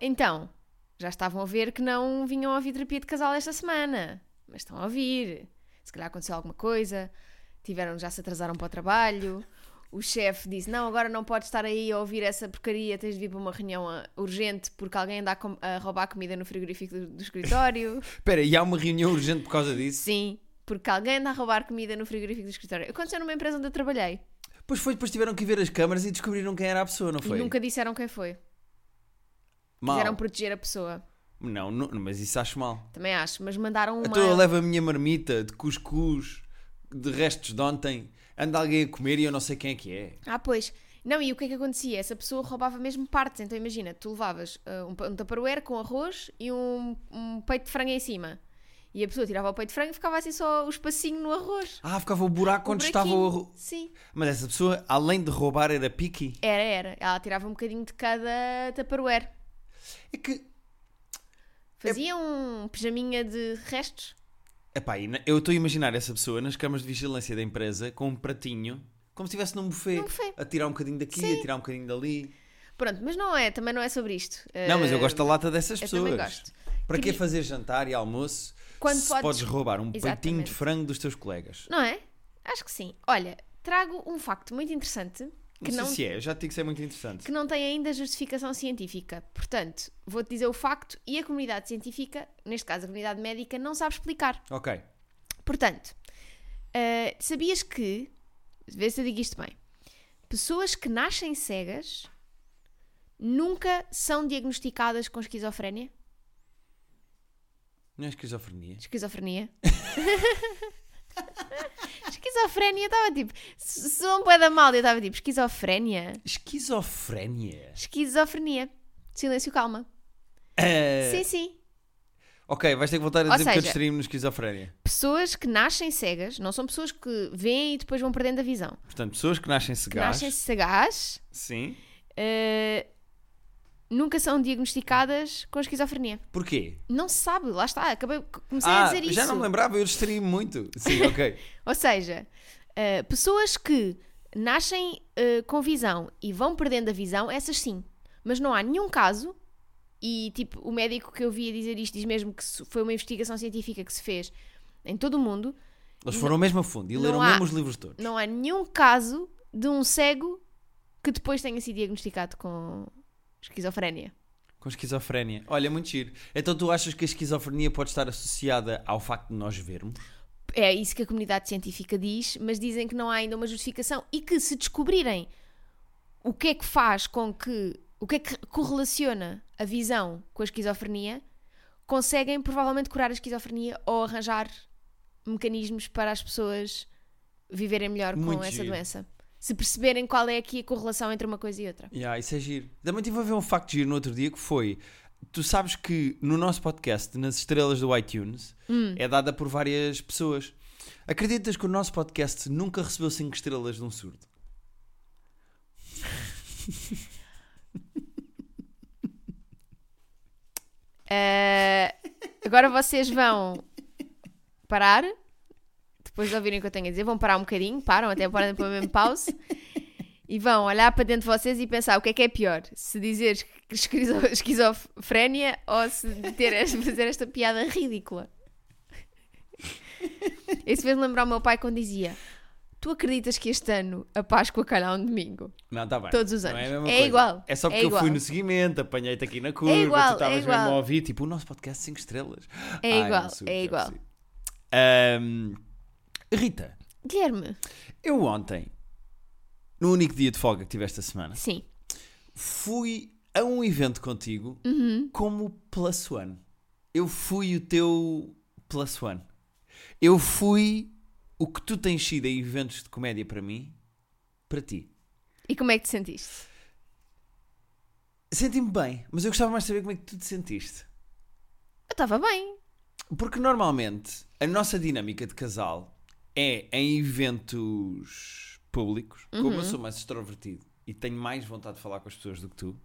Então, já estavam a ver que não vinham a ouvir terapia de casal esta semana. Mas estão a ouvir. Se calhar aconteceu alguma coisa. Tiveram, já se atrasaram para o trabalho. O chefe disse: Não, agora não podes estar aí a ouvir essa porcaria. Tens de vir para uma reunião ah, urgente porque alguém anda a, com- a roubar comida no frigorífico do, do escritório. Espera, e há uma reunião urgente por causa disso? Sim, porque alguém anda a roubar comida no frigorífico do escritório. Aconteceu numa empresa onde eu trabalhei. Pois foi, depois tiveram que ver as câmaras e descobriram quem era a pessoa, não foi? E nunca disseram quem foi. Mal. Quiseram proteger a pessoa. Não, não, mas isso acho mal. Também acho, mas mandaram um Então eu mail. levo a minha marmita de cuscuz, de restos de ontem, anda alguém a comer e eu não sei quem é que é. Ah, pois. Não, e o que é que acontecia? Essa pessoa roubava mesmo partes. Então imagina, tu levavas ah, um, pa- um tupperware com arroz e um, um peito de frango em cima. E a pessoa tirava o peito de frango e ficava assim só o espacinho no arroz. Ah, ficava o buraco O onde estava o buraquinho. arroz. Sim. Mas essa pessoa, além de roubar, era piqui. Era, era. Ela tirava um bocadinho de cada tupperware. É que. É Fazia um pijaminha de restos. Epá, e na- eu estou a imaginar essa pessoa nas câmaras de vigilância da empresa com um pratinho, como se estivesse num buffet, Num buffet. a tirar um bocadinho daqui, a tirar um bocadinho dali. Pronto, mas não é, também não é sobre isto. Não, mas eu Ah, gosto da lata dessas eu pessoas. também gosto. Para que Queria- fazer jantar e almoço Quando se podes- podes... roubar um peitinho Exatamente. de frango dos teus colegas? Não é? Acho que sim. Olha, trago um facto muito interessante que não sei não, se é, eu já te digo que isso é muito interessante. que não tem ainda justificação científica. Portanto, vou-te dizer o facto e a comunidade científica, neste caso a comunidade médica, não sabe explicar. Ok. Portanto, ah, sabias que, vê se eu digo isto bem, pessoas que nascem cegas nunca são diagnosticadas com esquizofrénia? Não é esquizofrenia? Esquizofrenia? esquizofrénia, eu estava tipo, se se um bué da mal, eu estava tipo, esquizofrénia? Esquizofrénia? Esquizofrenia. Silêncio, calma. Ah, Sim, sim. ok, vais ter que voltar Ou a dizer porque eu seja- distraí-me no esquizofrénia. Pessoas que nascem cegas, não são pessoas que veem e depois vão perdendo a visão. Portanto, pessoas que nascem Que cegás, nascem cegás, sim. eh, nunca são diagnosticadas com esquizofrenia. Porquê? Não se sabe, lá está, acabei, comecei a ah, dizer já isso. não me lembrava, eu distraí-me muito. Sim, ok. Ou seja, eh, pessoas que nascem eh, com visão e vão perdendo a visão, essas sim. Mas não há nenhum caso, e tipo, o médico que eu vi a dizer isto diz mesmo que se- foi uma investigação científica que se fez em todo o mundo, Eles foram mesmo a fundo e Não leram há- mesmo os livros todos. não há nenhum caso de um cego que depois tenha sido diagnosticado com esquizofrénia. Com esquizofrénia. Olha, muito giro. Então tu achas que a esquizofrenia pode estar associada ao facto de nós vermos? É isso que a comunidade científica diz, mas dizem que não há ainda uma justificação e que se descobrirem o que é que faz com que. o que é que correlaciona a visão com a esquizofrenia, conseguem provavelmente curar a esquizofrenia ou arranjar mecanismos para as pessoas viverem melhor com Muito essa giro. doença. Se perceberem qual é aqui a correlação entre uma coisa e outra. Yeah, isso é giro. Também tive a ver um facto giro no outro dia que foi: tu sabes que no nosso podcast, nas estrelas do iTunes, Hum. é dada por várias pessoas. Acreditas que o nosso podcast nunca recebeu 5 estrelas de um surdo? Ah, agora vocês vão parar. Depois de ouvirem o que eu tenho a dizer, vão parar um bocadinho, param até podem pôr mesmo pause e vão olhar para dentro de vocês e pensar o que é que é pior: se dizer esquizo- esquizofrénia ou se ter, esta- fazer esta piada ridícula. Isso fez-me lembrar o meu pai quando dizia: Tu acreditas que este ano a Páscoa calhar um domingo? Não, está bem. Todos os Não anos. a mesma É coisa. igual. É só porque É eu fui igual. no seguimento, apanhei-te aqui na curva, igual, tu estavas é mesmo igual. a ouvir, tipo, o nosso podcast 5 estrelas. É Ai, igual, não sou, é já igual. percebi. Ahm, Rita, Guilherme, eu ontem, no único dia de folga que tive esta semana, sim. fui a um evento contigo como plus one. Eu fui o teu plus one. Eu fui o que tu tens sido em eventos de comédia para mim, para ti. E como é que te sentiste? Senti-me bem, mas eu gostava mais de saber como é que tu te sentiste. Eu estava bem, Porque normalmente a nossa dinâmica de casal é em eventos públicos. Como eu sou mais extrovertido e tenho mais vontade de falar com as pessoas do que tu,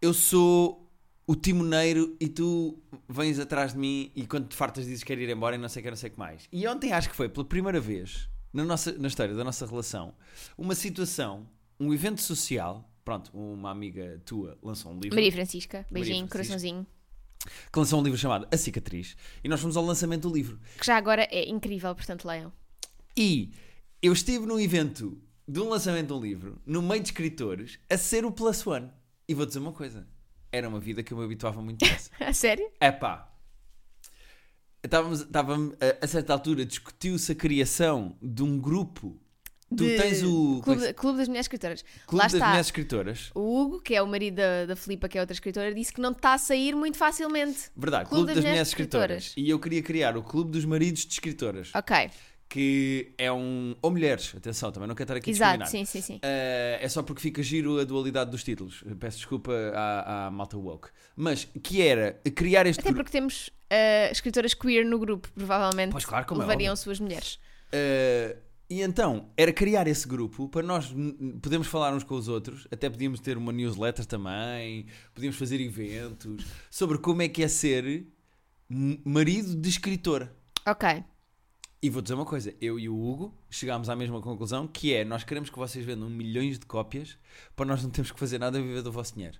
eu sou o timoneiro e tu vens atrás de mim e quando te fartas dizes que quer ir embora e não sei o que, não sei o que mais. E ontem acho que foi pela primeira vez na, nossa, na história da nossa relação uma situação, um evento social pronto, uma amiga tua lançou um livro. Maria Francisca, beijinho, Francisca. coraçãozinho. que lançou um livro chamado A Cicatriz, e nós fomos ao lançamento do livro. Que já agora é incrível, portanto leiam. E eu estive num evento de um lançamento de um livro, no meio de escritores, a ser o plus one. E vou dizer uma coisa: era uma vida que eu me habituava muito depressa. A sério? Epá! Estávamos, estávamos, a, a certa altura discutiu-se a criação de um grupo. Tu De- tens o como é que Clube, Clube das Mulheres Escritoras. se- Clube Lá das está. Mulheres Escritoras. O Hugo, que é o marido da, da Filipa, que é outra escritora, disse que não está a sair muito facilmente. Verdade, Clube Clube, das, Mulheres Escritoras. Escritoras. E eu queria criar o Clube dos Maridos de Escritoras, Ok, que é um. Ou mulheres, atenção, também não quero estar aqui a exato, discriminar. sim, sim, sim. Uh, é só porque fica giro a dualidade dos títulos. Peço desculpa à, à malta woke. Mas que era criar este Até grupo. porque temos ah, escritoras queer no grupo, provavelmente Pois claro, como é levariam suas mulheres. Uh, e então, era criar esse grupo para nós n- n- podermos falar uns com os outros. Até podíamos ter uma newsletter também. Podíamos fazer eventos sobre como é que é ser m- marido de escritora. Ok, E vou dizer uma coisa, eu e o Hugo chegámos à mesma conclusão, que é, nós queremos que vocês vendam milhões de cópias para nós não termos que fazer nada a viver do vosso dinheiro.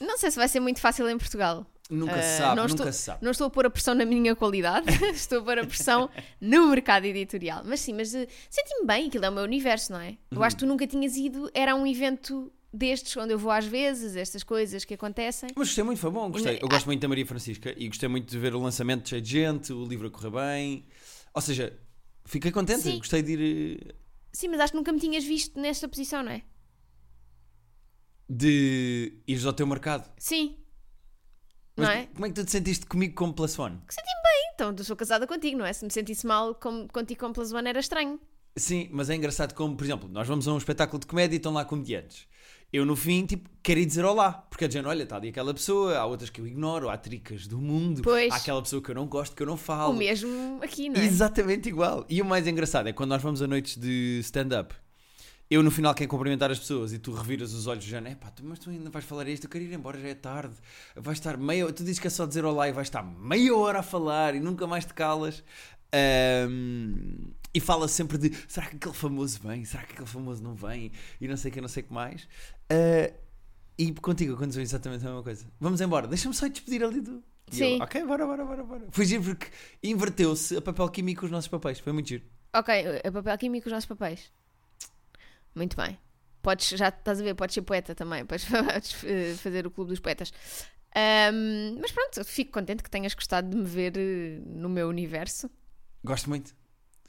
não sei se vai ser muito fácil em Portugal. Nunca Ah, se sabe, não nunca estou- se sabe. Não estou a pôr a pressão na minha qualidade, estou a pôr a pressão no mercado editorial. Mas sim, mas eh, senti-me bem, aquilo é o meu universo, não é? Eu acho que tu nunca tinhas ido, era um evento destes, onde eu vou às vezes, estas coisas que acontecem. Mas gostei muito, foi bom, gostei. E- Eu gosto muito da Maria Francisca e gostei muito de ver o lançamento cheio de gente, o livro a correr bem. Ou seja, fiquei contente, Sim. gostei de ir. eh, Sim, mas acho que nunca me tinhas visto nesta posição, não é? de ires ao teu mercado. Sim. Mas não é? como é que tu te sentiste comigo como plus one? Então, eu sou casada contigo, não é? Se me sentisse mal com, contigo como plus one era estranho. Sim, mas é engraçado como, por exemplo, nós vamos a um espetáculo de comédia e estão lá comediantes. Eu, no fim, tipo, quero ir dizer olá, porque é dizendo, olha, está ali aquela pessoa, há outras que eu ignoro, há tricas do mundo, Pois. há aquela pessoa que eu não gosto, que eu não O falo. mesmo aqui, não é? Exatamente igual. E o mais engraçado é quando nós vamos a noites de stand-up, eu no final quero cumprimentar as pessoas e tu reviras os olhos, já, é pá, tu- mas tu ainda vais falar isto, eu quero ir embora, já é tarde, vais estar meia hora, tu dizes que é só dizer olá e vais estar meia hora a falar e nunca mais te calas. Ahm, e fala sempre de será que aquele famoso vem, será que aquele famoso não vem e não sei o que, não sei o que mais. Ah, e contigo aconteceu exatamente a mesma coisa. Vamos embora, deixa-me só te despedir ali do. E Sim. eu, ok, bora, bora, bora, bora. Foi giro porque inverteu-se a papel químico os nossos papéis. Foi muito giro. Ok, a papel químico os nossos papéis. Muito bem. Podes, já estás a ver, podes ser poeta também, podes, podes, eh, fazer o clube dos poetas. Ahm, mas pronto, eu fico contente que tenhas gostado de me ver eh, no meu universo. Gosto muito.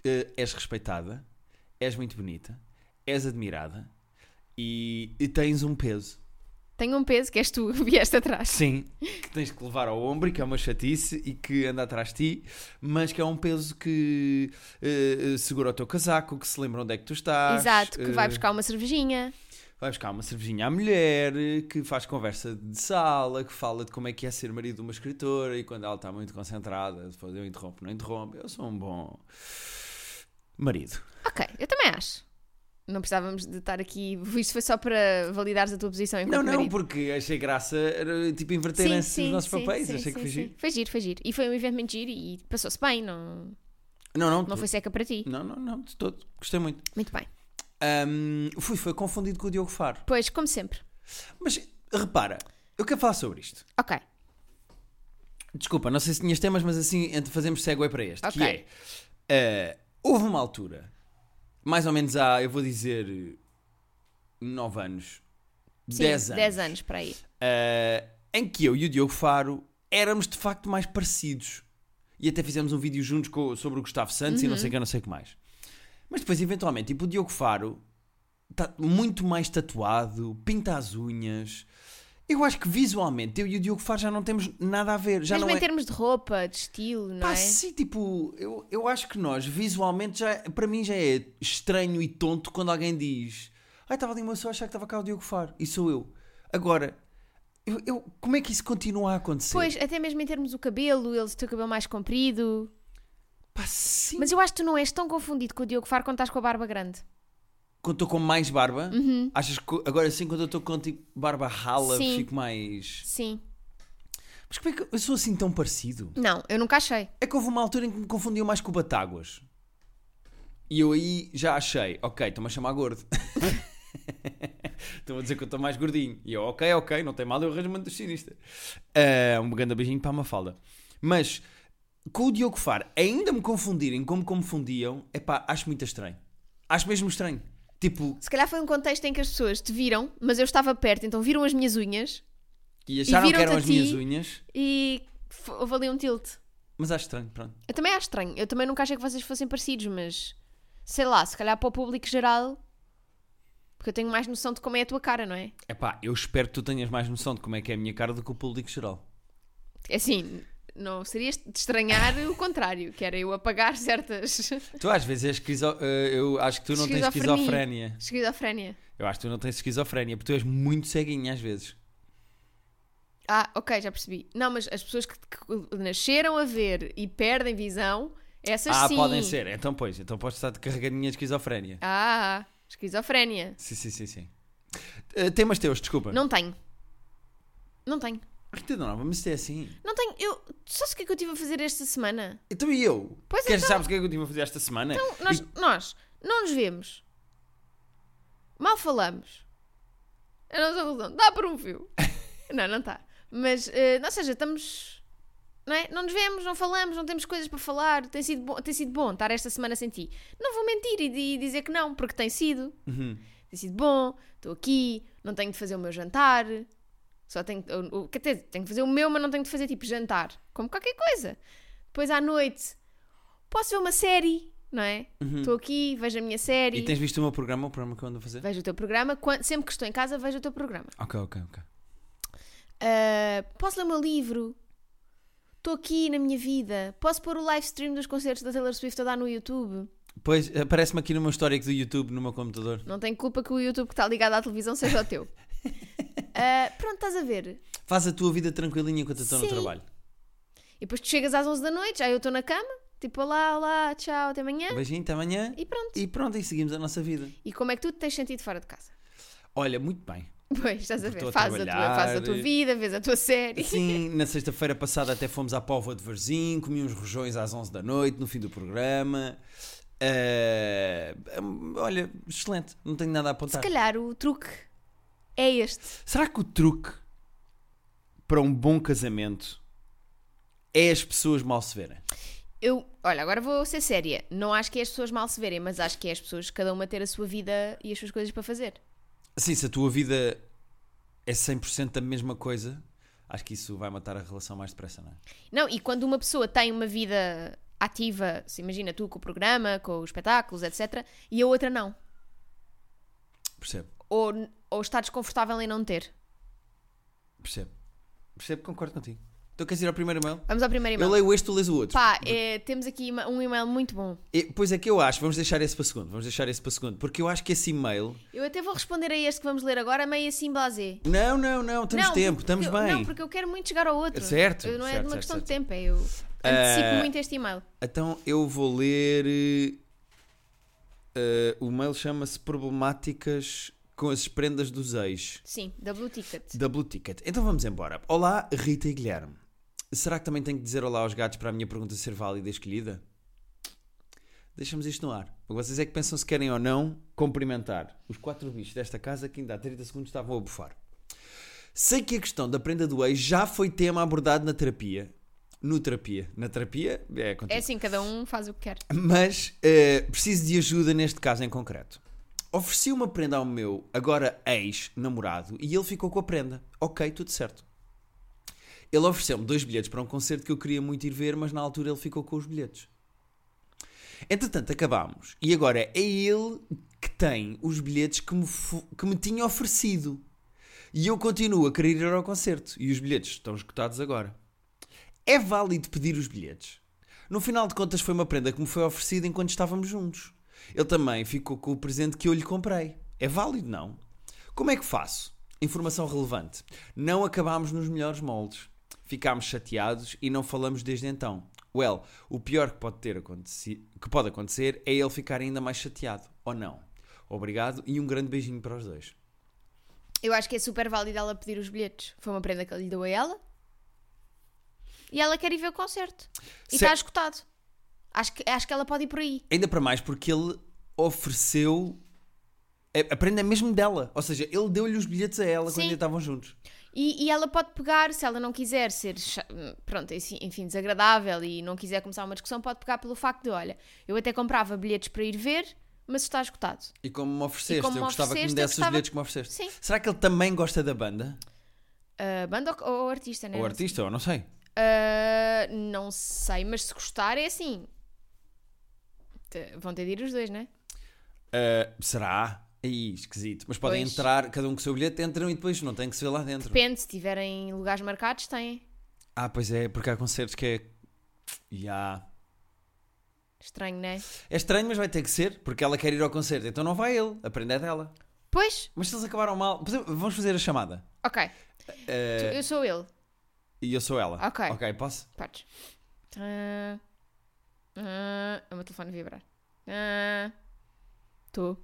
Eh, és respeitada, és muito bonita, és admirada e, e tens um peso. Tenho um peso, que és tu, vieste atrás. Sim. Que tens que levar ao ombro e que é uma chatice e que anda atrás de ti, mas que é um peso que eh, eh, segura o teu casaco, que se lembra onde é que tu estás. Exato, que vai eh, buscar uma cervejinha. Vai buscar uma cervejinha à mulher, que faz conversa de sala, que fala de como é que é ser marido de uma escritora e quando ela está muito concentrada, depois eu interrompo, não interrompo. Eu sou um bom marido. Ok, eu também acho. Não precisávamos de estar aqui. Isto foi só para validares a tua posição enquanto Não, não, marido. porque achei graça, era, tipo, inverterem-se os nossos papéis, achei sim, que foi sim. giro. Foi giro, foi giro. E foi um evento muito giro e passou-se bem, não, Não, não, não não, foi seca para ti. não, não, não, de todo, gostei muito. Muito bem. Ahm, fui, foi confundido com o Diogo Faro. Pois, como sempre. Mas, repara, eu quero falar sobre isto. Ok. Desculpa, não sei se tinhas temas, mas assim ent- fazemos segue para este. Que Ok. é, eh, houve uma altura, mais ou menos há, eu vou dizer, 9 anos, Sim, 10 anos, 10 anos para aí. eh, em que eu e o Diogo Faro éramos de facto mais parecidos. E até fizemos um vídeo juntos co- sobre o Gustavo Santos e não sei Uhum. o que, não sei o que mais. Mas depois, eventualmente, tipo, o Diogo Faro está muito mais tatuado, pinta as unhas. Eu acho que visualmente eu e o Diogo Faro já não temos nada a ver. Já Mesmo não em é... termos de roupa, de estilo, não Pá, é? sim, tipo, eu, eu acho que nós visualmente já, para mim já é estranho e tonto quando alguém diz: Ai, estava ali uma pessoa a achar que estava cá o Diogo Faro, e sou eu. Agora, eu, eu- como é que isso continua a acontecer? Pois, até mesmo em termos do cabelo, ele tem o cabelo mais comprido. Pá, sim. Mas eu acho que tu não és tão confundido com o Diogo Faro quando estás com a barba grande. Quando estou com mais barba, achas que agora sim, quando eu estou com tipo, barba rala, Uhum. Sim. fico mais. Sim. Mas como é que eu- eu sou assim tão parecido? Não, eu nunca achei. É que houve uma altura em que me confundiam mais com o Batáguas. E eu aí já achei, ok, estou-me a chamar gordo. Estão a dizer que eu estou mais gordinho. E eu, ok, ok, não tem mal, eu arranjo-me um nutricionista. Ah, um grande beijinho para a Mafalda. Mas, com o Diogo Faro, ainda me confundirem como confundiam, é pá, acho muito estranho. Acho mesmo estranho. Tipo, Se calhar foi um contexto em que as pessoas te viram, mas eu estava perto, então viram as minhas unhas e acharam que viram-te eram a as minhas ti. unhas, e f- houve ali um tilt. mas acho estranho, pronto. Eu também acho estranho. Eu também nunca achei que vocês fossem parecidos, mas sei lá, se calhar para o público geral, porque eu tenho mais noção de como é a tua cara, não é? É pá, eu espero que tu tenhas mais noção de como é que é a minha cara do que o público geral. É Assim, não seria de estranhar o contrário, que era eu apagar certas Tu às vezes és esquizo... eh, Eu acho que tu não tens Esquizofrenia. esquizofrénia. esquizofrénia. Eu acho que tu não tens esquizofrénia, porque tu és muito ceguinha às vezes. Ah, ok, já percebi. Não, mas as pessoas que, que nasceram a ver e perdem visão, essas ah, sim. podem ser. Então, pois, então podes estar de carregadinha de esquizofrénia. Ah, esquizofrénia. Sim, sim, sim, sim. Eh, temas teus, desculpa. Não tenho. Não tenho. Ai, tu não, vamos ser assim. Não tenho. Eu. Sabes o que é que eu estive a fazer esta semana? Então e eu? Pois Queres então. sabes o que é que eu estive a fazer esta semana? Então, nós, E- nós não nos vemos. Mal falamos. É A nossa relação dá por um fio. não, não está. Mas, eh, ou seja, estamos. Não, é? não nos vemos, não falamos, não temos coisas para falar. Tem sido bom, tem sido bom estar esta semana sem ti. Não vou mentir e, di- dizer que não, porque tem sido. Uhum. Tem sido bom, estou aqui, não tenho de fazer o meu jantar. Só tenho, o- o- quer dizer, tenho de fazer o meu, mas não tenho de fazer tipo jantar. Como qualquer coisa. Depois à noite, posso ver uma série, não é? Estou aqui, vejo a minha série, Uhum. E tens visto o meu programa, o programa que eu ando a fazer? vejo o teu programa. Quan- sempre que estou em casa, vejo o teu programa. Ok, ok, ok. Ah, posso ler o meu livro? Estou aqui na minha vida. Posso pôr o live stream dos concertos da Taylor Swift a dar no YouTube? Pois, aparece-me aqui no meu histórico do YouTube, no meu computador. Não tem culpa que o YouTube que está ligado à televisão seja o teu. Ah, pronto, estás a ver. Faz a tua vida tranquilinha enquanto eu estou no Sim. trabalho. E depois tu chegas às 11 da noite, aí eu estou na cama, tipo, olá, olá, tchau, até amanhã, Um Beijinho, até amanhã. e pronto. E pronto, e seguimos a nossa vida. E como é que tu te tens sentido fora de casa? Olha, muito bem. Pois, estás a Porque estou ver, a faz a, tua, trabalhar. faz a tua vida, vês a tua série. Sim, na sexta-feira passada até fomos à Póvoa de Varzim, comi uns rojões às 11 da noite, no fim do programa. Eh, hum, olha, excelente, não tenho nada a Se apontar. calhar o truque é este. Será que o truque para um bom casamento é as pessoas mal se verem? Eu, olha, agora vou ser séria. Não acho que é as pessoas mal se verem, mas acho que é as pessoas, cada uma ter a sua vida e as suas coisas para fazer. Assim, se a tua vida é 100% a mesma coisa, acho que isso vai matar a relação mais depressa, não é? Não, e quando uma pessoa tem uma vida ativa, se imagina tu com o programa, com os espetáculos, etc., e a outra não. Percebo, Ou, ou está desconfortável em não ter. percebo. Percebo, concordo contigo. Então queres ir ao primeiro e-mail? Vamos ao primeiro Eu e-mail. leio este, tu lês o outro. Pá, é, temos aqui uma- um e-mail muito bom. E, pois é que eu acho, vamos deixar esse para segundo, vamos deixar esse para segundo, porque eu acho que esse e-mail. Eu até vou responder a este que vamos ler agora, meio assim blasé. Não, não, não, temos Não, tempo, porque estamos eu- bem. Não, porque eu quero muito chegar ao outro. Certo, Eu- não é certo, uma certo, questão de certo. Ah, tempo, é eu antecipo muito este e-mail. Então eu vou ler. eh, o e-mail chama-se Problemáticas com as prendas dos ex. Sim, da Blue Ticket. Da Blue Ticket. Então vamos embora. Olá, Rita e Guilherme. Será que também tenho que dizer olá aos gatos para a minha pergunta ser válida e escolhida? Deixamos isto no ar. Vocês é que pensam se querem ou não cumprimentar os quatro bichos desta casa que ainda há 30 segundos estavam a bufar. Sei que a questão da prenda do ex já foi tema abordado na terapia. No terapia. Na terapia? É, contigo. É assim, cada um faz o que quer. Mas eh, preciso de ajuda neste caso em concreto. Ofereci uma prenda ao meu, agora ex-namorado, e ele ficou com a prenda. Ok, tudo certo. Ele ofereceu-me dois bilhetes para um concerto que eu queria muito ir ver, mas na altura ele ficou com os bilhetes. Entretanto, acabámos. E agora é ele que tem os bilhetes que me, fo- que me tinha oferecido. E eu continuo a querer ir ao concerto. E os bilhetes estão esgotados agora. É válido pedir os bilhetes? No final de contas, foi uma prenda que me foi oferecida enquanto estávamos juntos. Ele também ficou com o presente que eu lhe comprei. É válido, não? Como é que faço? Informação relevante. Não acabámos nos melhores moldes. Ficámos chateados e não falamos desde então. Well, o pior que pode, ter aconteci- que pode acontecer é ele ficar ainda mais chateado, ou não. Obrigado e um grande beijinho para os dois. Eu acho que é super válido ela pedir os bilhetes. Foi uma prenda que ele lhe deu a ela. E ela quer ir ver o concerto. E Se- está escutado. Acho que, acho que ela pode ir por aí. Ainda para mais porque ele ofereceu a A- Aprende é, mesmo dela. Ou seja, ele deu-lhe os bilhetes a ela Sim. quando ainda estavam juntos. E, e ela pode pegar, se ela não quiser ser, cha- pronto, assim, enfim, desagradável e não quiser começar uma discussão, pode pegar pelo facto de, olha, eu até comprava bilhetes para ir ver, mas está esgotado. E como me ofereceste, como eu me gostava que me ofereceste, eu desse gostava- os bilhetes que me ofereceste. Sim. Será que ele também gosta da banda? Ah, banda ou, ou artista, né? Ou Não artista, ou não sei. sei. Ah, não sei, mas se gostar é assim. Te- Vão ter de ir os dois, né? Ah, será? Aí, esquisito. Mas podem Pois. entrar, cada um com o seu bilhete, entram e depois não tem que se ver lá dentro. Depende, se tiverem lugares marcados, têm. Ah, pois é, porque há concertos que é. Ya. Estranho, né? É estranho, mas vai ter que ser, porque ela quer ir ao concerto, então não vai ele, aprende é dela. Pois, Mas se eles acabaram mal, podemos- vamos fazer a chamada. ok. Tu- Eh, Eu sou ele. E eu sou ela. Ok. Ok, posso? Podes. Ah, ah, o meu telefone a vibrar. Ah, Estou.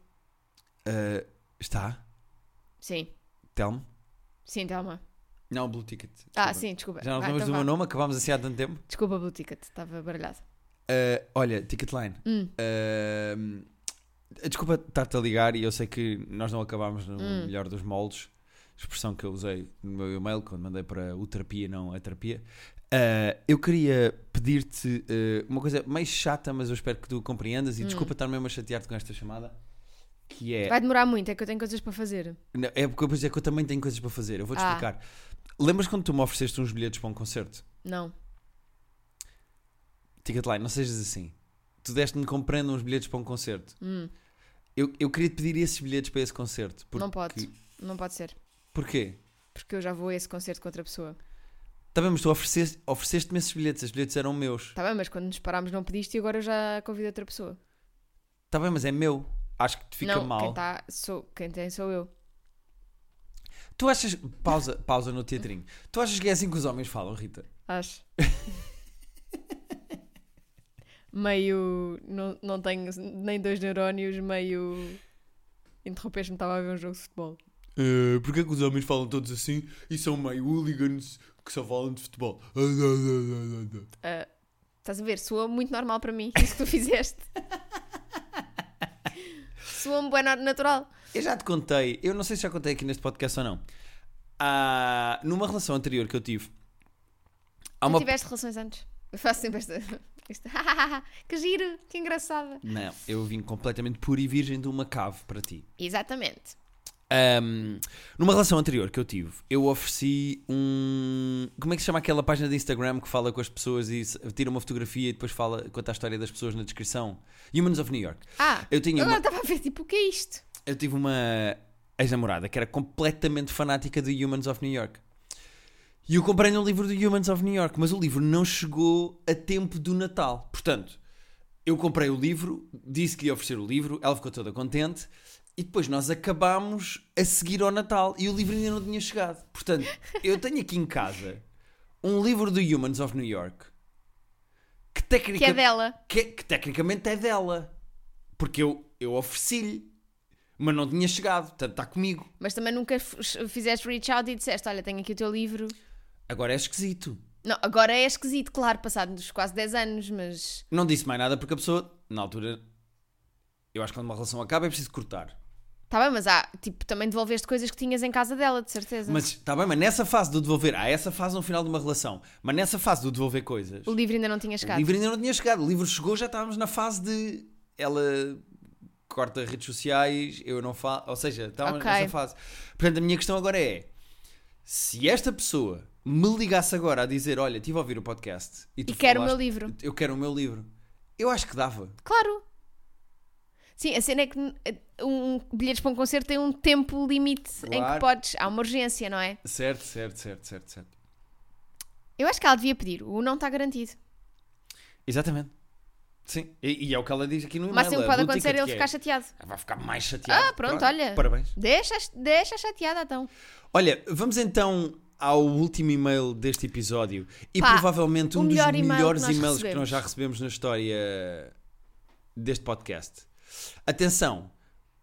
Eh, está? sim. Telmo? Sim, Thelma. Não, Blue Ticket. Ah, desculpa. sim, desculpa. Já não Vá, nos lembras então do meu vá. nome, acabámos assim há tanto tempo. Desculpa, Blue Ticket, estava baralhado. Eh, olha, Ticketline. Hum. Ehm, desculpa estar-te a ligar e eu sei que nós não acabámos no Hum. melhor dos moldes, expressão que eu usei no meu e-mail quando mandei para o terapia, não a terapia. Eh, eu queria pedir-te eh, uma coisa meio chata, mas eu espero que tu compreendas e Hum. desculpa estar mesmo a chatear-te com esta chamada. Que é. Vai demorar muito, é que eu tenho coisas para fazer. Não, é porque eu vou dizer que eu também tenho coisas para fazer, eu vou-te Ah. explicar. Lembras quando tu me ofereceste uns bilhetes para um concerto? Não. Ticketline, não sejas assim. Tu deste-me comprando uns bilhetes para um concerto. Hum. Eu, eu queria te pedir esses bilhetes para esse concerto. Não pode. Não pode ser. Porquê? Porque eu já vou a esse concerto com outra pessoa. Tá bem, mas tu ofereceste- ofereceste-me esses bilhetes, esses bilhetes eram meus. Está Tá bem, mas quando nos parámos não pediste e agora eu já convido outra pessoa. Tá bem, mas é meu. Acho que te fica não, mal. Quem, tá, sou, quem tem sou eu. Tu achas. Pausa, pausa no teatrinho. Tu achas que é assim que os homens falam, Rita? Acho. meio. Não, não tenho nem dois neurónios, meio. Interrompeste-me, estava a ver um jogo de futebol. Uh, Porquê que os homens falam todos assim e são meio hooligans que só falam de futebol? Ah, estás a ver? Soa muito normal para mim, isso que tu fizeste. Soa-me bem na- natural. Eu já te contei, eu não sei se já contei aqui neste podcast ou não. Ah, numa relação anterior que eu tive, há Tu uma. tiveste relações antes. Eu faço sempre esta. esta- que giro, que engraçada. Não, eu vim completamente pura e virgem de uma cave para ti. Exatamente. Ahm, numa relação anterior que eu tive, eu ofereci um. Como é que se chama aquela página de Instagram que fala com as pessoas e se- tira uma fotografia e depois fala, conta a história das pessoas na descrição? Humans of New York. Ah, Eu tinha agora uma- estava a ver, tipo, o que é isto? Eu tive uma ex-namorada que era completamente fanática de Humans of New York. E eu comprei-lhe um livro do Humans of New York, mas o livro não chegou a tempo do Natal. Portanto, eu comprei o livro, disse que ia oferecer o livro, ela ficou toda contente e depois nós acabámos a seguir ao Natal e o livro ainda não tinha chegado. Portanto, eu tenho aqui em casa um livro do Humans of New York que, Que tecnicamente é dela. que, que tecnicamente é dela. Porque eu, eu ofereci-lhe, mas não tinha chegado, portanto está comigo. Mas também nunca f- fizeste reach out e disseste: Olha, tenho aqui o teu livro. Agora é esquisito. Não, agora é esquisito, claro, passados quase 10 anos, mas. Não disse mais nada porque a pessoa, na altura, eu acho que quando uma relação acaba é preciso cortar. Tá bem, mas há, tipo, também devolveste coisas que tinhas em casa dela, de certeza. Mas está bem, mas nessa fase do devolver, há essa fase no final de uma relação, mas nessa fase do devolver coisas, O livro ainda não tinha o chegado. livro ainda não tinha chegado. O livro chegou, já estávamos na fase de ela corta redes sociais, eu não faço. Ou seja, estávamos Ok. nessa fase. Portanto, a minha questão agora é: se esta pessoa me ligasse agora a dizer, olha, estive a ouvir o podcast e, tu E quero o meu falaste- livro. Eu quero o meu livro. Eu acho que dava. Claro! Sim, a cena é que eh, um, bilhetes para um concerto tem um tempo limite em que Claro. podes. Há uma urgência, não é? Certo, certo, certo, certo, certo. Eu acho que ela devia pedir. O não está garantido. Exatamente. Sim, e, e é o que ela diz aqui no O e-mail. máximo que a pode blue acontecer é ticket ele que é, ficar chateado. Vai ficar mais chateada. Ah, pronto, olha. Parabéns. Deixa, deixa chateada então. Olha, vamos então ao último e-mail deste episódio e Pá, provavelmente o um dos melhor e-mail melhores que nós e-mails que recebemos. nós já recebemos na história deste podcast. Atenção,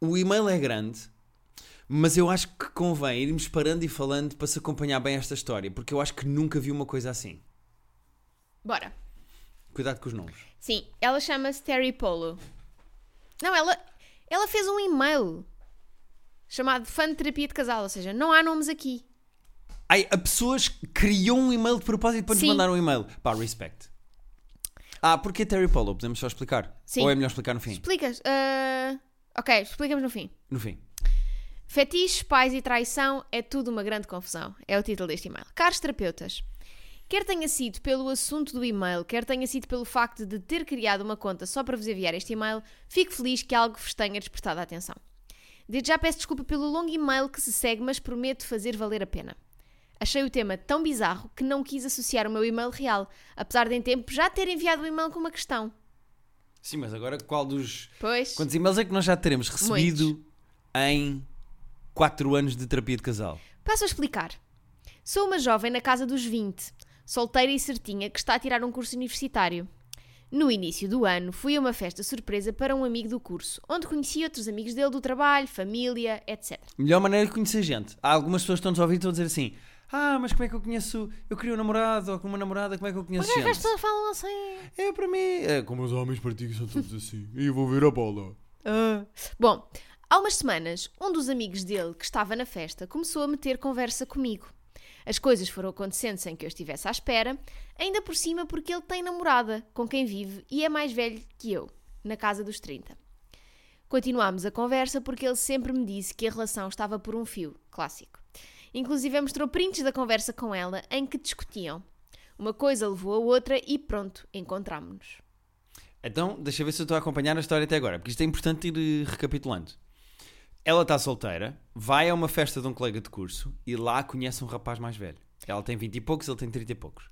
o e-mail é grande, mas eu acho que convém irmos parando e falando para se acompanhar bem esta história, porque eu acho que nunca vi uma coisa assim. Bora. Cuidado com os nomes. Sim, ela chama-se Terry Polo. Não, ela, ela fez um e-mail. chamado Fã de Terapia de Casal, ou seja, não há nomes aqui. Ai, a pessoas criou um e-mail de propósito para nos Sim. mandar um e-mail. Pá, respect. Ah, porque Terry Polo? Podemos só explicar? Sim. Ou é melhor explicar no fim? Explicas? ah, ok, explicamos no fim. No fim. Fetiches, pais e traição é tudo uma grande confusão. É o título deste e-mail. Caros terapeutas, quer tenha sido pelo assunto do e-mail, quer tenha sido pelo facto de ter criado uma conta só para vos enviar este e-mail, fico feliz que algo vos tenha despertado a atenção. Desde já peço desculpa pelo longo e-mail que se segue, mas prometo fazer valer a pena. Achei o tema tão bizarro que não quis associar o meu e-mail real, apesar de em tempo já ter enviado o e-mail com uma questão. Sim, mas agora qual dos. Pois. Quantos e-mails é que nós já teremos recebido em 4 anos de terapia de casal? Passo a explicar. Sou uma jovem na casa dos 20, solteira e certinha, que está a tirar um curso universitário. No início do ano, fui a uma festa surpresa para um amigo do curso, onde conheci outros amigos dele do trabalho, família, etc. Melhor maneira de conhecer gente. Há algumas pessoas que estão-nos a ouvir e estão a dizer assim: Ah, mas como é que eu conheço? Eu queria um namorado ou com uma namorada, como é que eu conheço Mas as gente? pessoas falam assim. É para mim. É, como os homens praticam são todos assim. E eu vou ver a bola. Ah. Bom, há umas semanas, um dos amigos dele, que estava na festa, começou a meter conversa comigo. As coisas foram acontecendo sem que eu estivesse à espera, ainda por cima porque ele tem namorada, com quem vive, e é mais velho que eu, na casa dos 30. Continuámos a conversa porque ele sempre me disse que a relação estava por um fio, clássico. Inclusive mostrou prints da conversa com ela em que discutiam. Uma coisa levou a outra e pronto, encontrámo-nos. Então, deixa eu ver se eu estou a acompanhar a história até agora, porque isto é importante ir eh, recapitulando. Ela está solteira, vai a uma festa de um colega de curso e lá conhece um rapaz mais velho. Ela tem 20 e poucos, ele tem 30 e poucos.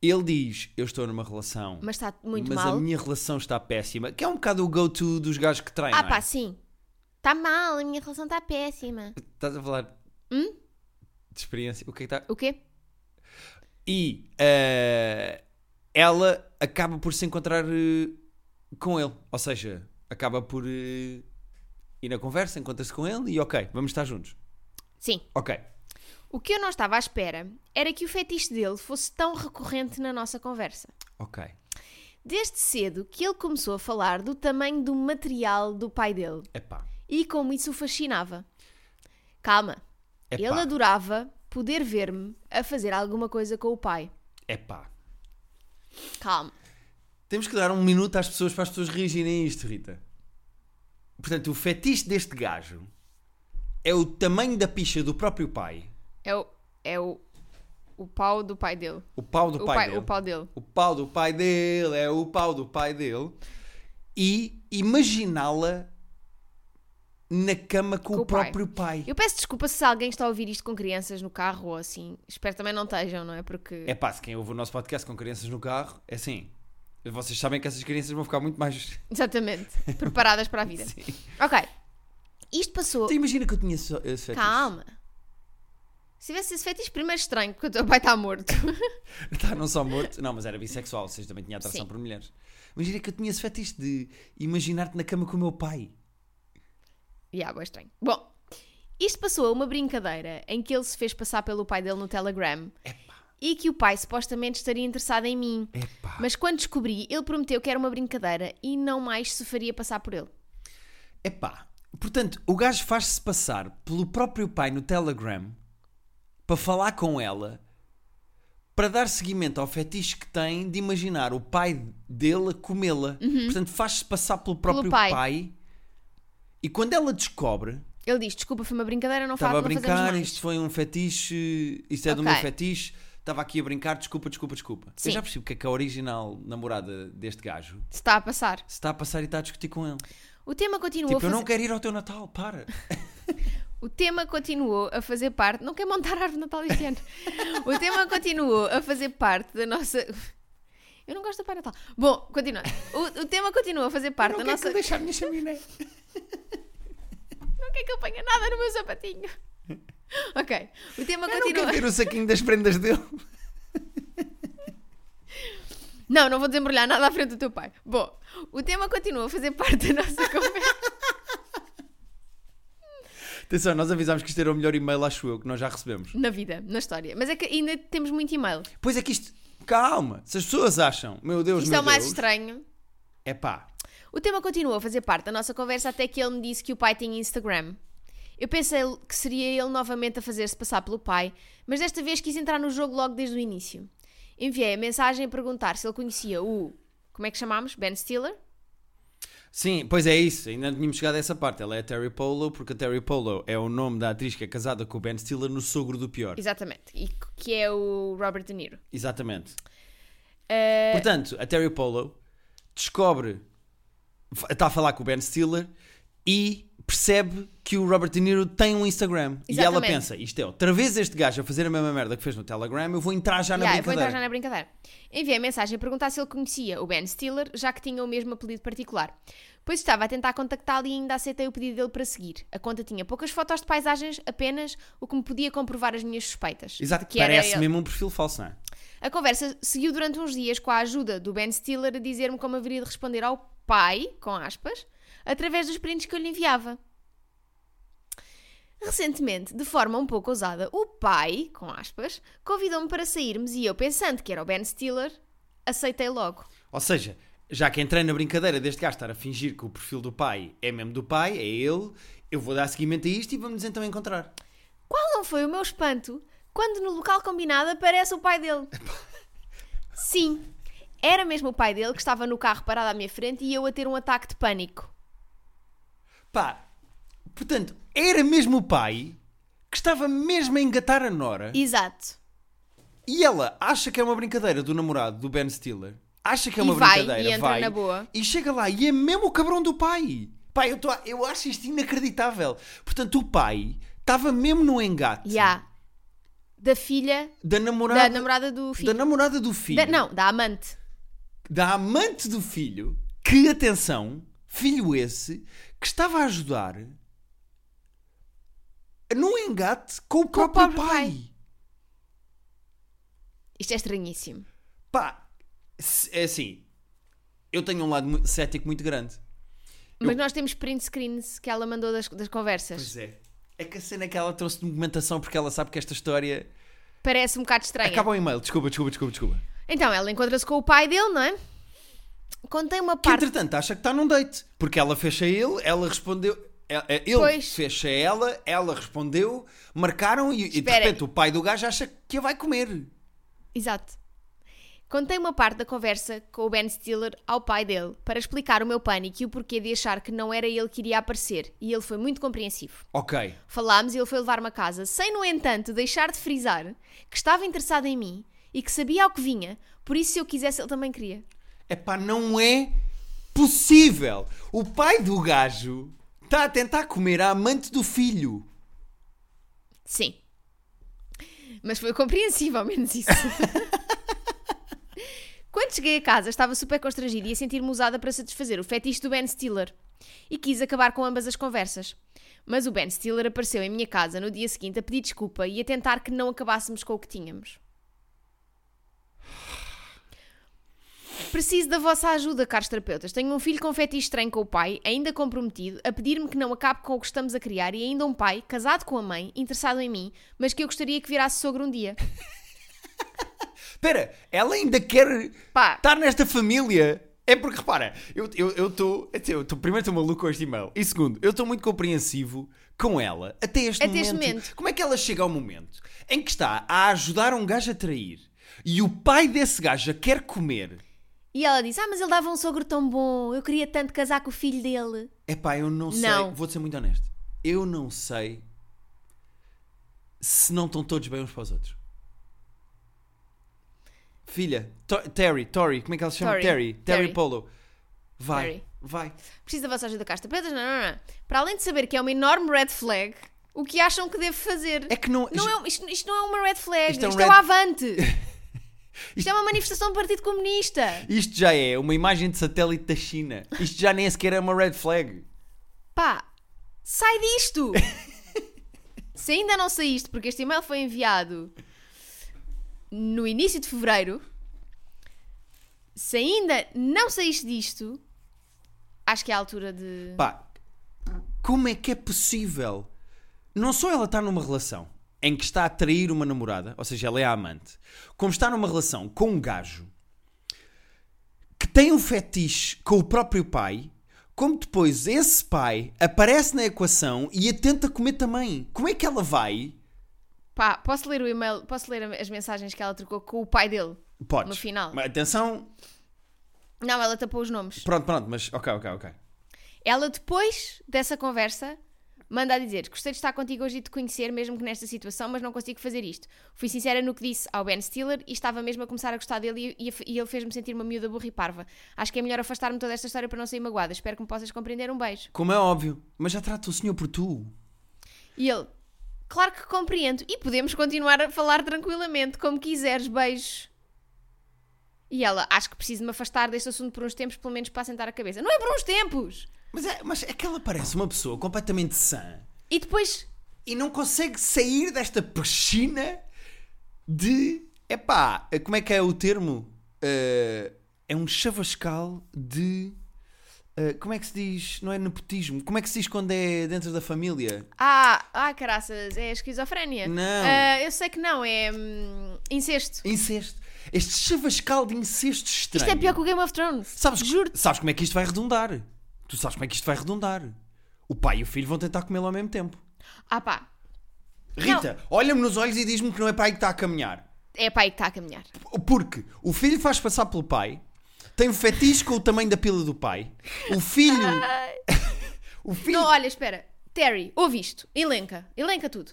Ele diz: Eu estou numa relação, Mas está muito mas mal. a minha relação está péssima, que é um bocado o go-to dos gajos que traem. Ah, não é? pá, sim. Está mal, a minha relação está péssima. Estás a falar Hum? de experiência. O que é que está. O quê? E eh, ela acaba por se encontrar eh, com ele. Ou seja, acaba por eh, ir na conversa, encontra-se com ele e ok, vamos estar juntos. Sim. Ok. O que eu não estava à espera era que o fetiche dele fosse tão recorrente na nossa conversa. Ok. Desde cedo que ele começou a falar do tamanho do material do pai dele Epá. e como isso o fascinava. Calma, Epá. ele adorava poder ver-me a fazer alguma coisa com o pai. Epá. Calma. Temos que dar um minuto às pessoas para as pessoas reagirem a isto, Rita. Portanto, o fetiche deste gajo é o tamanho da picha do próprio pai. É o. É o. O pau do pai dele. O pau do O pai, pai, dele. o pau dele. O pau do pai dele é o pau do pai dele. E imaginá-la na cama com, Com o o pai. próprio pai. Eu peço desculpa se alguém está a ouvir isto com crianças no carro ou assim. Espero também não estejam, não é? Porque. É pá, se quem ouve o nosso podcast com crianças no carro, é assim. Vocês sabem que essas crianças vão ficar muito mais. Exatamente. Preparadas para a vida. Ok. Isto passou. Tu Então imagina que eu tinha eh, só- esse Tipo fetiche. Calma. Se tivesse esse fetiche, primeiro estranho, porque o teu pai está morto. Tá, não só morto. Não, mas era bissexual, ou seja, também tinha atração Sim. por mulheres. Imagina que eu tinha esse fetiche de imaginar-te na cama com o meu pai. e água estranho. Bom, isto passou a uma brincadeira em que ele se fez passar pelo pai dele no Telegram e que o pai supostamente estaria interessado em mim. É pá. Mas quando descobri, ele prometeu que era uma brincadeira e não mais se faria passar por ele. Epá, portanto, o gajo faz-se passar pelo próprio pai no Telegram para falar com ela para dar seguimento ao fetiche que tem de imaginar o pai dele a comê-la. Portanto, faz-se passar pelo próprio Uhum. pai. pai e quando ela descobre, Ele diz: Desculpa, foi uma brincadeira, não, fa estava não a fazemos brincar, mais. isto foi um fetiche, isto é do Ok. meu fetiche, estava aqui a brincar, desculpa, desculpa, desculpa. Sim. Eu já percebo que é que a original namorada deste gajo Se está a passar. se está a passar e está a discutir com ele. O tema continuou Tipo, a fazer... eu não quero ir ao teu Natal, para. O tema continuou a fazer parte. Não quer montar a árvore de Natal este ano. o tema continuou a fazer parte da nossa. Eu não gosto do Pai Natal. Bom, continua. O, o tema continuou a fazer parte da nossa. deixar a minha chaminé. Não quer que eu ponha nada no meu sapatinho. ok. O tema Eu não continua. quero ver o saquinho das prendas dele. Não, não vou desembrulhar nada à frente do teu pai. Bom, o tema continua a fazer parte da nossa conversa. Atenção, nós avisámos que isto era o melhor e-mail, acho eu, que nós já recebemos. na vida, na história. Mas é que ainda temos muito e-mail. Pois é que isto. Calma, se as pessoas acham, meu Deus, Isto meu é o mais Deus, estranho. É pá, O tema continuou a fazer parte da nossa conversa até que ele me disse que o pai tinha Instagram Eu pensei que seria ele novamente a fazer-se passar pelo pai, mas desta vez quis entrar no jogo logo desde o início. Enviei a mensagem a perguntar se ele conhecia o. Como é que chamámos? Ben Stiller? Sim, pois é isso, ainda não tínhamos chegado a essa parte. Ela é a Terry Polo, porque a Terry Polo é o nome da atriz que é casada com o Ben Stiller no Sogro do Pior. Exatamente. E que é o Robert De Niro. Exatamente. Eh, Portanto, a Terry Polo descobre, fa- está a falar com o Ben Stiller e percebe que o Robert De Niro tem um Instagram. E ela Exatamente. pensa, isto é, outra vez este gajo a fazer a mesma merda que fez no Telegram, eu vou entrar já na Yeah, eu vou brincadeira. entrar já na brincadeira. Enviei mensagem a perguntar se ele conhecia o Ben Stiller, já que tinha o mesmo apelido particular. Pois estava a tentar contactá-lo e ainda aceitei o pedido dele para seguir. A conta tinha poucas fotos de paisagens, apenas o que me podia comprovar as minhas suspeitas. Exato, de que era parece ele. mesmo um perfil falso, não é? A conversa seguiu durante uns dias com a ajuda do Ben Stiller a dizer-me como haveria de responder ao pai, com aspas, através dos prints que eu lhe enviava. Recentemente, de forma um pouco ousada, o pai, com aspas, convidou-me para sairmos e eu, pensando que era o Ben Stiller, aceitei logo. Ou seja, já que entrei na brincadeira deste gajo estar a fingir que o perfil do pai é mesmo do pai, é ele, eu vou dar seguimento a isto e vamos então encontrar. Qual não foi o meu espanto quando no local combinado aparece o pai dele? Sim, era mesmo o pai dele que estava no carro parado à minha frente e eu a ter um ataque de pânico. Pá, portanto, era mesmo o pai que estava mesmo a engatar a Nora Exato. e ela acha que é uma brincadeira do namorado do Ben Stiller. Acha que é E uma vai, brincadeira, e entra vai, na boa. e chega lá e é mesmo o cabrão do pai. Pá, eu, tô a- eu acho isto inacreditável. Portanto, o pai estava mesmo no engate Ya. Da filha, da, da Ah, namorada, namorada do da filho. namorada do filho. Da- não, da amante. da amante do filho, que atenção, filho esse, que estava a ajudar num engate com o Com o próprio próprio pai. pai. Isto é estranhíssimo. Pá, se- é assim, eu tenho um lado mu- cético muito grande. Mas nós temos print screens que ela mandou das, das conversas. Pois é. É que a cena é que ela trouxe documentação porque ela sabe que esta história. Parece um bocado estranho. Acaba o e-mail, desculpa, desculpa, desculpa, desculpa. Então, ela encontra-se com o pai dele, não é? Contém uma Que parte. entretanto acha que está num date. Porque ela fecha ele, ela respondeu. é- é- Ele Pois. fecha ela, ela respondeu, marcaram e, e de Espera. repente o pai do gajo acha que a vai comer. Exato. Contei uma parte da conversa com o Ben Stiller ao pai dele para explicar o meu pânico e o porquê de achar que não era ele que iria aparecer. E ele foi muito compreensivo. Ok. Falámos e ele foi levar-me a casa, sem, no entanto, deixar de frisar que estava interessado em mim e que sabia ao que vinha, por isso, se eu quisesse, ele também queria. É pá, não é possível. O pai do gajo está a tentar comer a amante do filho. Sim. Mas foi compreensível, ao menos isso. Quando cheguei a casa, estava super constrangida e a sentir-me usada para satisfazer o fetiche do Ben Stiller. E quis acabar com ambas as conversas. Mas o Ben Stiller apareceu em minha casa no dia seguinte a pedir desculpa e a tentar que não acabássemos com o que tínhamos. Preciso da vossa ajuda, caros terapeutas. Tenho um filho com fetiche estranho com o pai, ainda comprometido, a pedir-me que não acabe com o que estamos a criar e ainda um pai, casado com a mãe, interessado em mim, mas que eu gostaria que virasse sogro um dia. Espera, ela ainda quer Pá. estar nesta família. É porque, repara, eu estou. Eu, tô- quer dizer, eu tô- primeiro, estou maluco com este e-mail. E segundo, eu estou muito compreensivo com ela até este Até momento. este momento. Como é que ela chega ao momento em que está a ajudar um gajo a trair e o pai desse gajo a quer comer? E ela disse: Ah, mas ele dava um sogro tão bom, eu queria tanto casar com o filho dele. É pá, eu não sei. Não. Vou ser muito honesto. Eu não sei se não estão todos bem uns para os outros. Filha, To- Terry, Tori, como é que ela se chama? Tori. Terry, Terry, Terry. Polo. Vai, Terry. vai. Preciso da vossa ajuda, caros terapeutas? Não, não, não. Para além de saber que é uma enorme red flag, o que acham que devo fazer? É que não. Não é um- isto, isto não é uma red flag, Isto é isto, um é o red- avante. Isto é uma manifestação do Partido Comunista. Isto já é uma imagem de satélite da China. Isto já nem sequer é uma red flag. Pá, sai disto! Se ainda não saíste, porque este e-mail foi enviado no início de fevereiro, se ainda não saíste disto, acho que é a altura de. Pá, como é que é possível? Não só ela está numa relação em que está a trair uma namorada, ou seja, ela é a amante, como está numa relação com um gajo que tem um fetiche com o próprio pai, Como depois esse pai aparece na equação e a tenta comer também. Como é que ela vai? Pá, posso ler o e-mail, posso ler as mensagens que ela trocou com o pai dele? Podes. No final. Mas atenção. Não, ela tapou os nomes. Pronto, pronto, mas ok, ok, ok. Ela, depois dessa conversa, manda a dizer: Gostei de estar contigo hoje e de te conhecer, mesmo que nesta situação, mas não consigo fazer isto. Fui sincera no que disse ao Ben Stiller e estava mesmo a começar a gostar dele e, e- e ele fez-me sentir uma miúda burra e parva. Acho que é melhor afastar-me toda esta história para não sair magoada. Espero que me possas compreender. Um beijo. Como é óbvio. Mas já trata o senhor por tu. E ele: Claro que compreendo e podemos continuar a falar tranquilamente, como quiseres. Beijos. E ela, acho que preciso me afastar deste assunto por uns tempos, pelo menos para assentar a cabeça. Não é por uns tempos! Mas é, mas é que ela parece uma pessoa completamente sã E depois e não consegue sair desta piscina de. Epá, como é que é o termo? Eh, é um chavascal de. eh, como é que se diz? Não é nepotismo? Como é que se diz quando é dentro da família? Ah, ah, caraças, é esquizofrénia. Não. Ah, eu sei que não, é hum, incesto. Incesto. Este chavascal de incesto estranho. Isto é pior que o Game of Thrones. Sabes, Juro. sabes como é que isto vai redundar? Tu sabes como é que isto vai redundar? O pai e o filho vão tentar comê-lo ao mesmo tempo. Ah pá, Rita, olha-me nos olhos e diz-me que não é pai que está a caminhar. é pai que está a caminhar. Porque o filho faz passar pelo pai, tem um fetiche com o tamanho da pila do pai. O filho. o, filho Não, olha, espera. Terry, ouve isto. Elenca. Elenca tudo.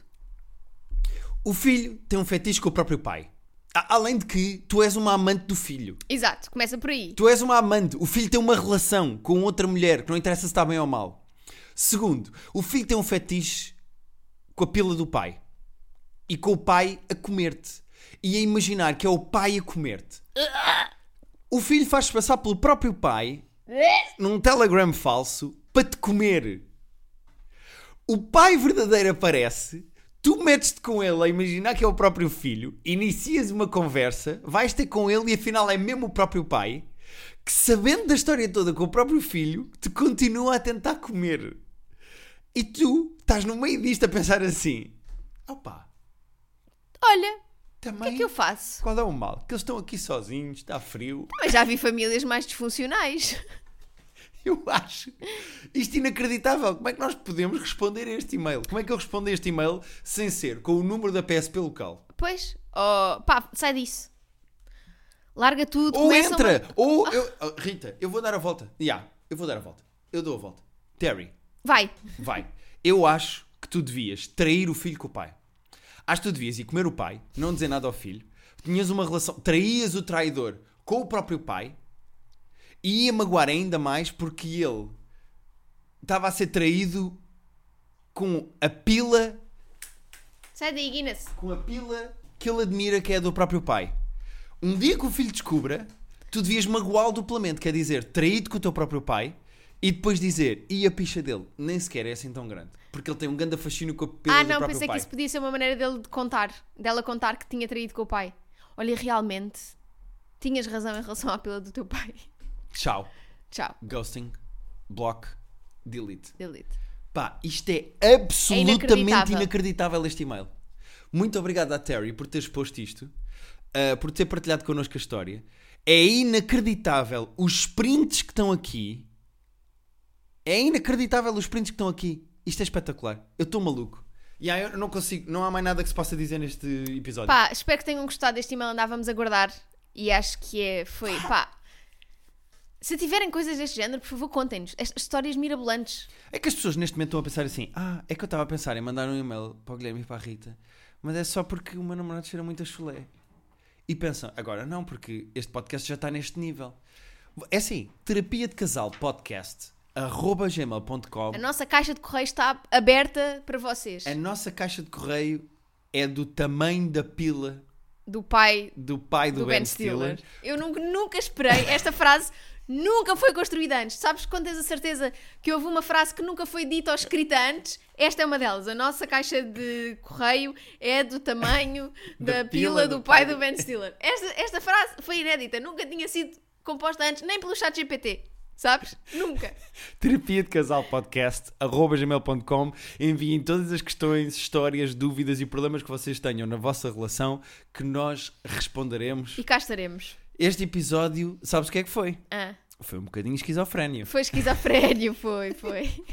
o filho tem um fetiche com o próprio pai. A- além de que tu és uma amante do filho. Exato, começa por aí. Tu és uma amante. O filho tem uma relação com outra mulher que não interessa se está bem ou mal. Segundo, o filho tem um fetiche com a pila do pai e com o pai a comer-te e a imaginar que é o pai a comer-te. O filho faz-se passar pelo próprio pai num telegram falso para te comer. O pai verdadeiro aparece, tu metes-te com ele a imaginar que é o próprio filho, inicias uma conversa, vais ter com ele e afinal é mesmo o próprio pai, que sabendo da história toda com o próprio filho, te continua a tentar comer. E tu estás no meio disto a pensar assim: opá, Olha, o que também. é que eu faço? Qual é o mal? Que eles estão aqui sozinhos, está frio. Mas já vi famílias mais disfuncionais. Eu acho isto inacreditável. Como é que nós podemos responder a este e-mail? Como é que eu respondo a este e-mail sem ser com o número da PSP local? Pois, oh, pá, sai disso. Larga tudo, Ou começa entra! uma- Ah. Ou eu- Oh, Rita, eu vou dar a volta. Já, eu vou dar a volta. Eu dou a volta. Terry, Vai. vai. Eu acho que tu devias trair o filho com o pai. Acho que tu devias ir comer o pai, não dizer nada ao filho. Tinhas uma relação. Traías o traidor com o próprio pai e ia magoar ainda mais porque ele estava a ser traído com a pila Sai daí, Guinness. com a pila que ele admira que é do próprio pai. Um dia que o filho descubra, tu devias magoá-lo duplamente, quer dizer, traído com o teu próprio pai e depois dizer, e a picha dele nem sequer é assim tão grande, porque ele tem um grande fascínio com a pila Ah, do não, próprio pensei pai. que isso podia ser uma maneira dele de contar, dela contar que tinha traído com o pai. Olha, realmente, tinhas razão em relação à pila do teu pai. Tchau. Tchau. Ghosting, block, delete. Delete. Pá, isto é absolutamente inacreditável. inacreditável este e-mail. Muito obrigado à Terry por teres posto isto, uh, por ter partilhado connosco a história. É inacreditável os prints que estão aqui. É inacreditável os prints que estão aqui. Isto é espetacular. Eu estou maluco. E aí eu não consigo, não há mais nada que se possa dizer neste episódio. Pá, espero que tenham gostado deste e-mail, andávamos a guardar e acho que é, foi, pá. Se tiverem coisas deste género, por favor, contem-nos. Estas Histórias mirabolantes. É que as pessoas neste momento estão a pensar assim: ah, é que eu estava a pensar em mandar um e-mail para o Guilherme e para a Rita, mas é só porque o meu namorado cheira muito a chulé. E pensam, agora não, porque este podcast já está neste nível. É assim: terapia de casal podcast arroba gmail.com. A nossa caixa de correio está aberta para vocês. A nossa caixa de correio é do tamanho da pila Do pai do pai do, do Ben, Ben Stiller. Stiller. Eu nunca, nunca esperei. Esta frase nunca foi construída antes. Sabes quando tens a certeza que houve uma frase que nunca foi dita ou escrita antes? Esta é uma delas. A nossa caixa de correio é do tamanho da, pila, do, pai do Ben Stiller. Esta, esta frase foi inédita. Nunca tinha sido composta antes, nem pelo chat GPT. Sabes? Nunca. terapia de casal podcast arroba gmail.com enviem todas as questões, histórias, dúvidas e problemas que vocês tenham na vossa relação que nós responderemos E cá estaremos. este episódio, sabes o que é que foi? Ah, Foi um bocadinho esquizofrénio. Foi esquizofrénio, foi, foi.